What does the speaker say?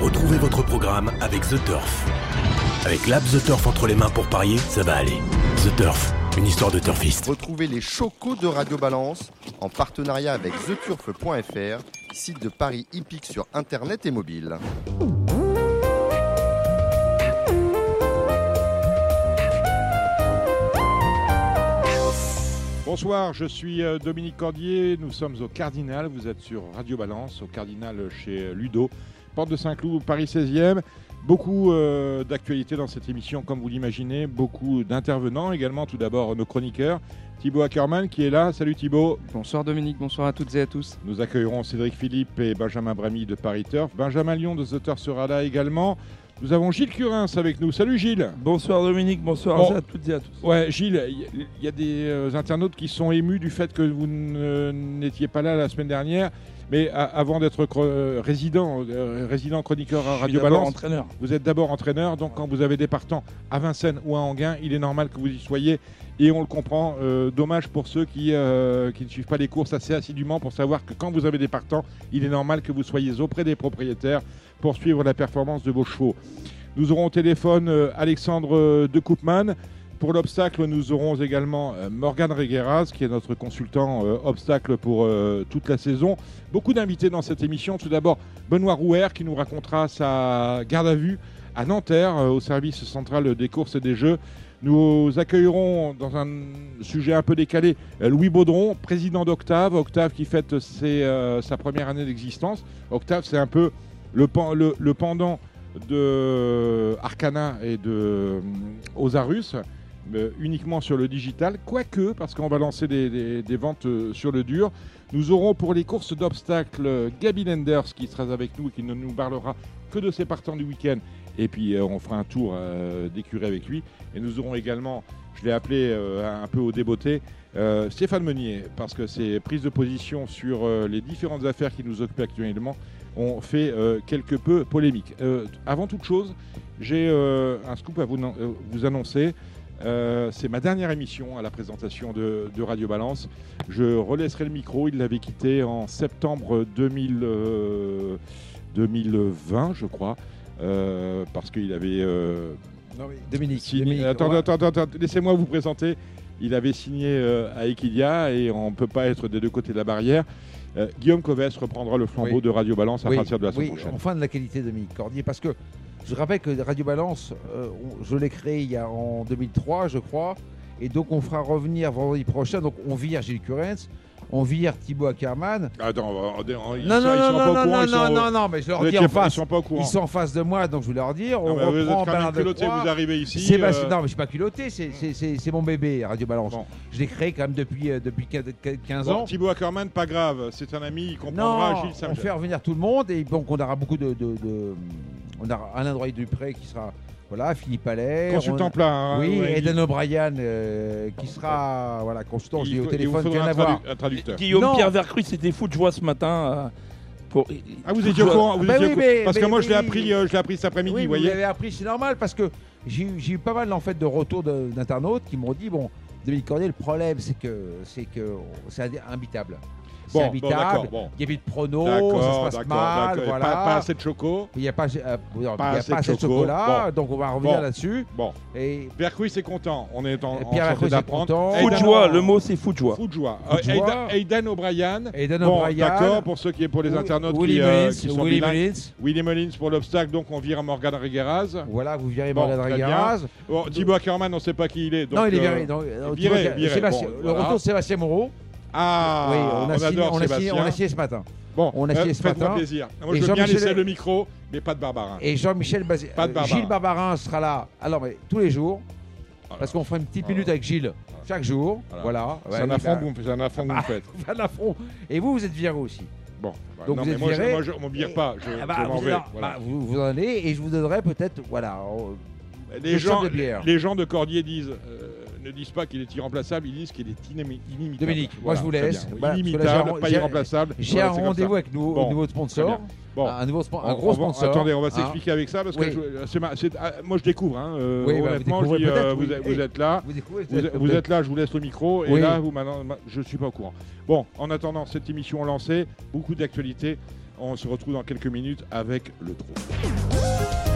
Retrouvez votre programme avec The Turf. Avec l'app The Turf entre les mains pour parier, ça va aller. The Turf, une histoire de turfiste. Retrouvez les chocos de Radio Balance en partenariat avec theturf.fr, site de paris hippique sur internet et mobile. Bonsoir, je suis euh, Dominique Cordier. Nous sommes au Cardinal. Vous êtes sur Radio Balance, au Cardinal euh, chez euh, Ludo, porte de Saint-Cloud, Paris 16e. Beaucoup euh, d'actualités dans cette émission, comme vous l'imaginez. Beaucoup d'intervenants également. Tout d'abord, euh, nos chroniqueurs. Thibaut Ackerman qui est là. Salut Thibaut. Bonsoir Dominique, bonsoir à toutes et à tous. Nous accueillerons Cédric Philippe et Benjamin Bramy de Paris Turf. Benjamin Lyon de The Turf sera là également. Nous avons Gilles Curins avec nous. Salut Gilles. Bonsoir Dominique, bonsoir Bon. à toutes et à tous. Ouais, Gilles, il y- il y a des euh, internautes qui sont émus du fait que vous ne- n'étiez pas là la semaine dernière. Mais a- avant d'être cro- euh, résident, euh, résident chroniqueur à Je suis Radio d'abord Balance, entraîneur. vous êtes d'abord entraîneur. Donc, quand vous avez des partants à Vincennes ou à Anguin, il est normal que vous y soyez. Et on le comprend. euh, dommage pour ceux qui, euh, qui ne suivent pas les courses assez assidûment pour savoir que quand vous avez des partants, il est normal que vous soyez auprès des propriétaires pour suivre la performance de vos chevaux. Nous aurons au téléphone euh, Alexandre euh, de Koopman. Pour l'obstacle, nous aurons également euh, Morgane Regueras, qui est notre consultant euh, obstacle pour euh, toute la saison. Beaucoup d'invités dans cette émission. Tout d'abord, Benoît Rouer, qui nous racontera sa garde à vue à Nanterre, euh, au service central des courses et des jeux. Nous accueillerons, dans un sujet un peu décalé, euh, Louis Baudron, président d'Octave. Octave qui fête ses, euh, sa première année d'existence. Octave, c'est un peu le, pen- le- le pendant de Arcana et de euh, Osarus, euh, uniquement sur le digital, quoique, parce qu'on va lancer des, des- des ventes euh, sur le dur. Nous aurons pour les courses d'obstacles euh, Gabi Lenders qui sera avec nous et qui ne nous parlera que de ses partants du week-end. Et puis euh, on fera un tour euh, d'écurie avec lui. Et nous aurons également, je l'ai appelé euh, un peu au débeauté, euh, Stéphane Meunier, parce que ses prises de position sur euh, les différentes affaires qui nous occupent actuellement ont fait euh, quelque peu polémique. Euh, avant toute chose, j'ai euh, un scoop à vous, nan- euh, vous annoncer. Euh, c'est ma dernière émission à la présentation de, de Radio Balance. Je relaisserai le micro. Il l'avait quitté en septembre 2000, euh, 2020, je crois, euh, parce qu'il avait euh, Dominique, signé- Attendez, attendez, attendez, laissez-moi vous présenter. Il avait signé euh, à Equidia et on ne peut pas être des deux côtés de la barrière. Euh, Guillaume Covès reprendra le flambeau Oui. de Radio Balance à Oui, partir de la semaine oui, prochaine. Enfin de la qualité Dominique Cordier, parce que je rappelle que Radio Balance, euh, on- je l'ai créé il y a, en 2003, je crois, et donc on fera revenir vendredi prochain. Donc on vire Gilles Curens, on vire Thibaut Ackerman. Attends, on va- on- ils non, sont- non, ils sont non, pas au non, courant, non, ils sont- non, non, non, mais je leur Vous dis étiez pas- en Ils face. sont pas au Ils courant. sont en face de moi, donc je vais leur dire. Non, On mais vous êtes reprend quand même Bernard de culottés, Croix. vous arrivez ici. C'est euh, Bastien- Non, mais je suis pas culotté, c'est- c'est c'est- c'est mon bébé, Radio Balance. Bon. Je l'ai créé quand même depuis, euh, depuis 15 bon, ans. Thibaut Ackerman, pas grave, c'est un ami, il comprendra Non, Gilles on Saint-Jean. fait revenir tout le monde et donc on aura beaucoup de, de- de- on aura Alain Droit Dupré qui sera voilà Philippe Allais, Consultant on- plein. hein, oui, ouais, Eden O'Brien euh, qui sera voilà consultant. il- J'ai eu il au faut- il vous téléphone, faudra rien un, à voir. tradu- un traducteur. Guillaume Non. Pierre Vercruz s'était fou de joie ce matin. euh, pour... Ah, vous étiez au courant vous bah étiez oui, au courant. mais- Parce que mais- moi, je l'ai mais- appris, euh, je l'ai appris cet après-midi, Oui, vous vous voyez. l'avez appris, c'est normal parce que j'ai eu, j'ai eu pas mal en fait de retours de- d'internautes qui m'ont dit bon, Dominique Cordier, le problème c'est que c'est que c'est imbitable. C'est Bon, bon, imbitable. d'accord, bon. Il y avait de pronos, D'accord, ça se passe d'accord, mal, d'accord. Et voilà. Pas, pas assez de choco. Il n'y a pas, euh, non, Pas il y a assez pas de assez de choco. chocolat, donc on va revenir Bon. là-dessus. Bon, Et Vercruis est content, on est en, en Et Pierre train Vercruis est d'apprendre. content. Fou de Aidan- joie, le mot c'est fou de joie. Fou de joie. Fou de Euh, joie. Aidan- Aidan O'Brien. Eden Bon, O'Brien. d'accord, pour ceux qui pour les internautes Willy qui, euh, Mullins, qui sont Willy bilingues. Mullins. Willy Mullins pour l'obstacle, donc on vire Morgan Regueras. Voilà, vous virez Bon, Morgan très bien. Regueras. Bon, Thibaut Ackerman, on ne sait pas qui il est. donc, Non, il est euh, viré. non, euh, viré, Sébastien- viré, Sébastien- bon, le voilà. retour de Sébastien Moreau. Ah, oui, on, on a, signé, adore on, a Sébastien. signé, on a signé ce matin. Bon, on a signé ce faites-moi matin. plaisir. Moi, Et je veux bien Jean-Michel laisser est- le micro, mais pas de Barbarin. Et Jean-Michel Bazé- Pas de euh, Barbarin. Gilles Barbarin sera là. Alors, mais tous les jours, parce qu'on fera une petite Voilà. minute avec Gilles chaque jour. Voilà. C'est Ouais, un il affront va- que vous me- c'est un affront que vous me faites. il va à l'affront. Et vous, vous êtes viré aussi. Bon, bah, Donc non, vous mais êtes moi, je- viré. moi, je- on m'obvire Et- pas. Je, Ah je bah, m'en vous, vais. alors, voilà. bah, vous, vous en allez et je vous donnerai peut-être. Voilà. euh, les, deux gens, sortes de bières. les gens de Cordier disent, euh, ne disent pas qu'il est irremplaçable, ils disent qu'il est inimi- inimitable. Dominique, moi, je vous très laisse. bien. Voilà, parce que là, j'ai inimitable, un- pas j'ai- irremplaçable. J'ai Voilà, un c'est comme ça. rendez-vous avec nous, Bon, un nouveau très sponsor. bien. Bon. Un, nouveau spo- un On- gros on va- sponsor. attendez, on va hein. s'expliquer avec ça parce Oui. que je- c'est ma- c'est- ah, moi je découvre. hein, euh, Oui, bah, vous honnêtement, découvrez je dis, euh, peut-être, oui. vous, êtes- vous êtes là. Vous découvrez, Vous, êtes- vous êtes là, je vous laisse le micro. Et Oui. là, vous m'annon- ma- je ne suis pas au courant. Bon, en attendant cette émission lancée, beaucoup d'actualités. On se retrouve dans quelques minutes avec le trou.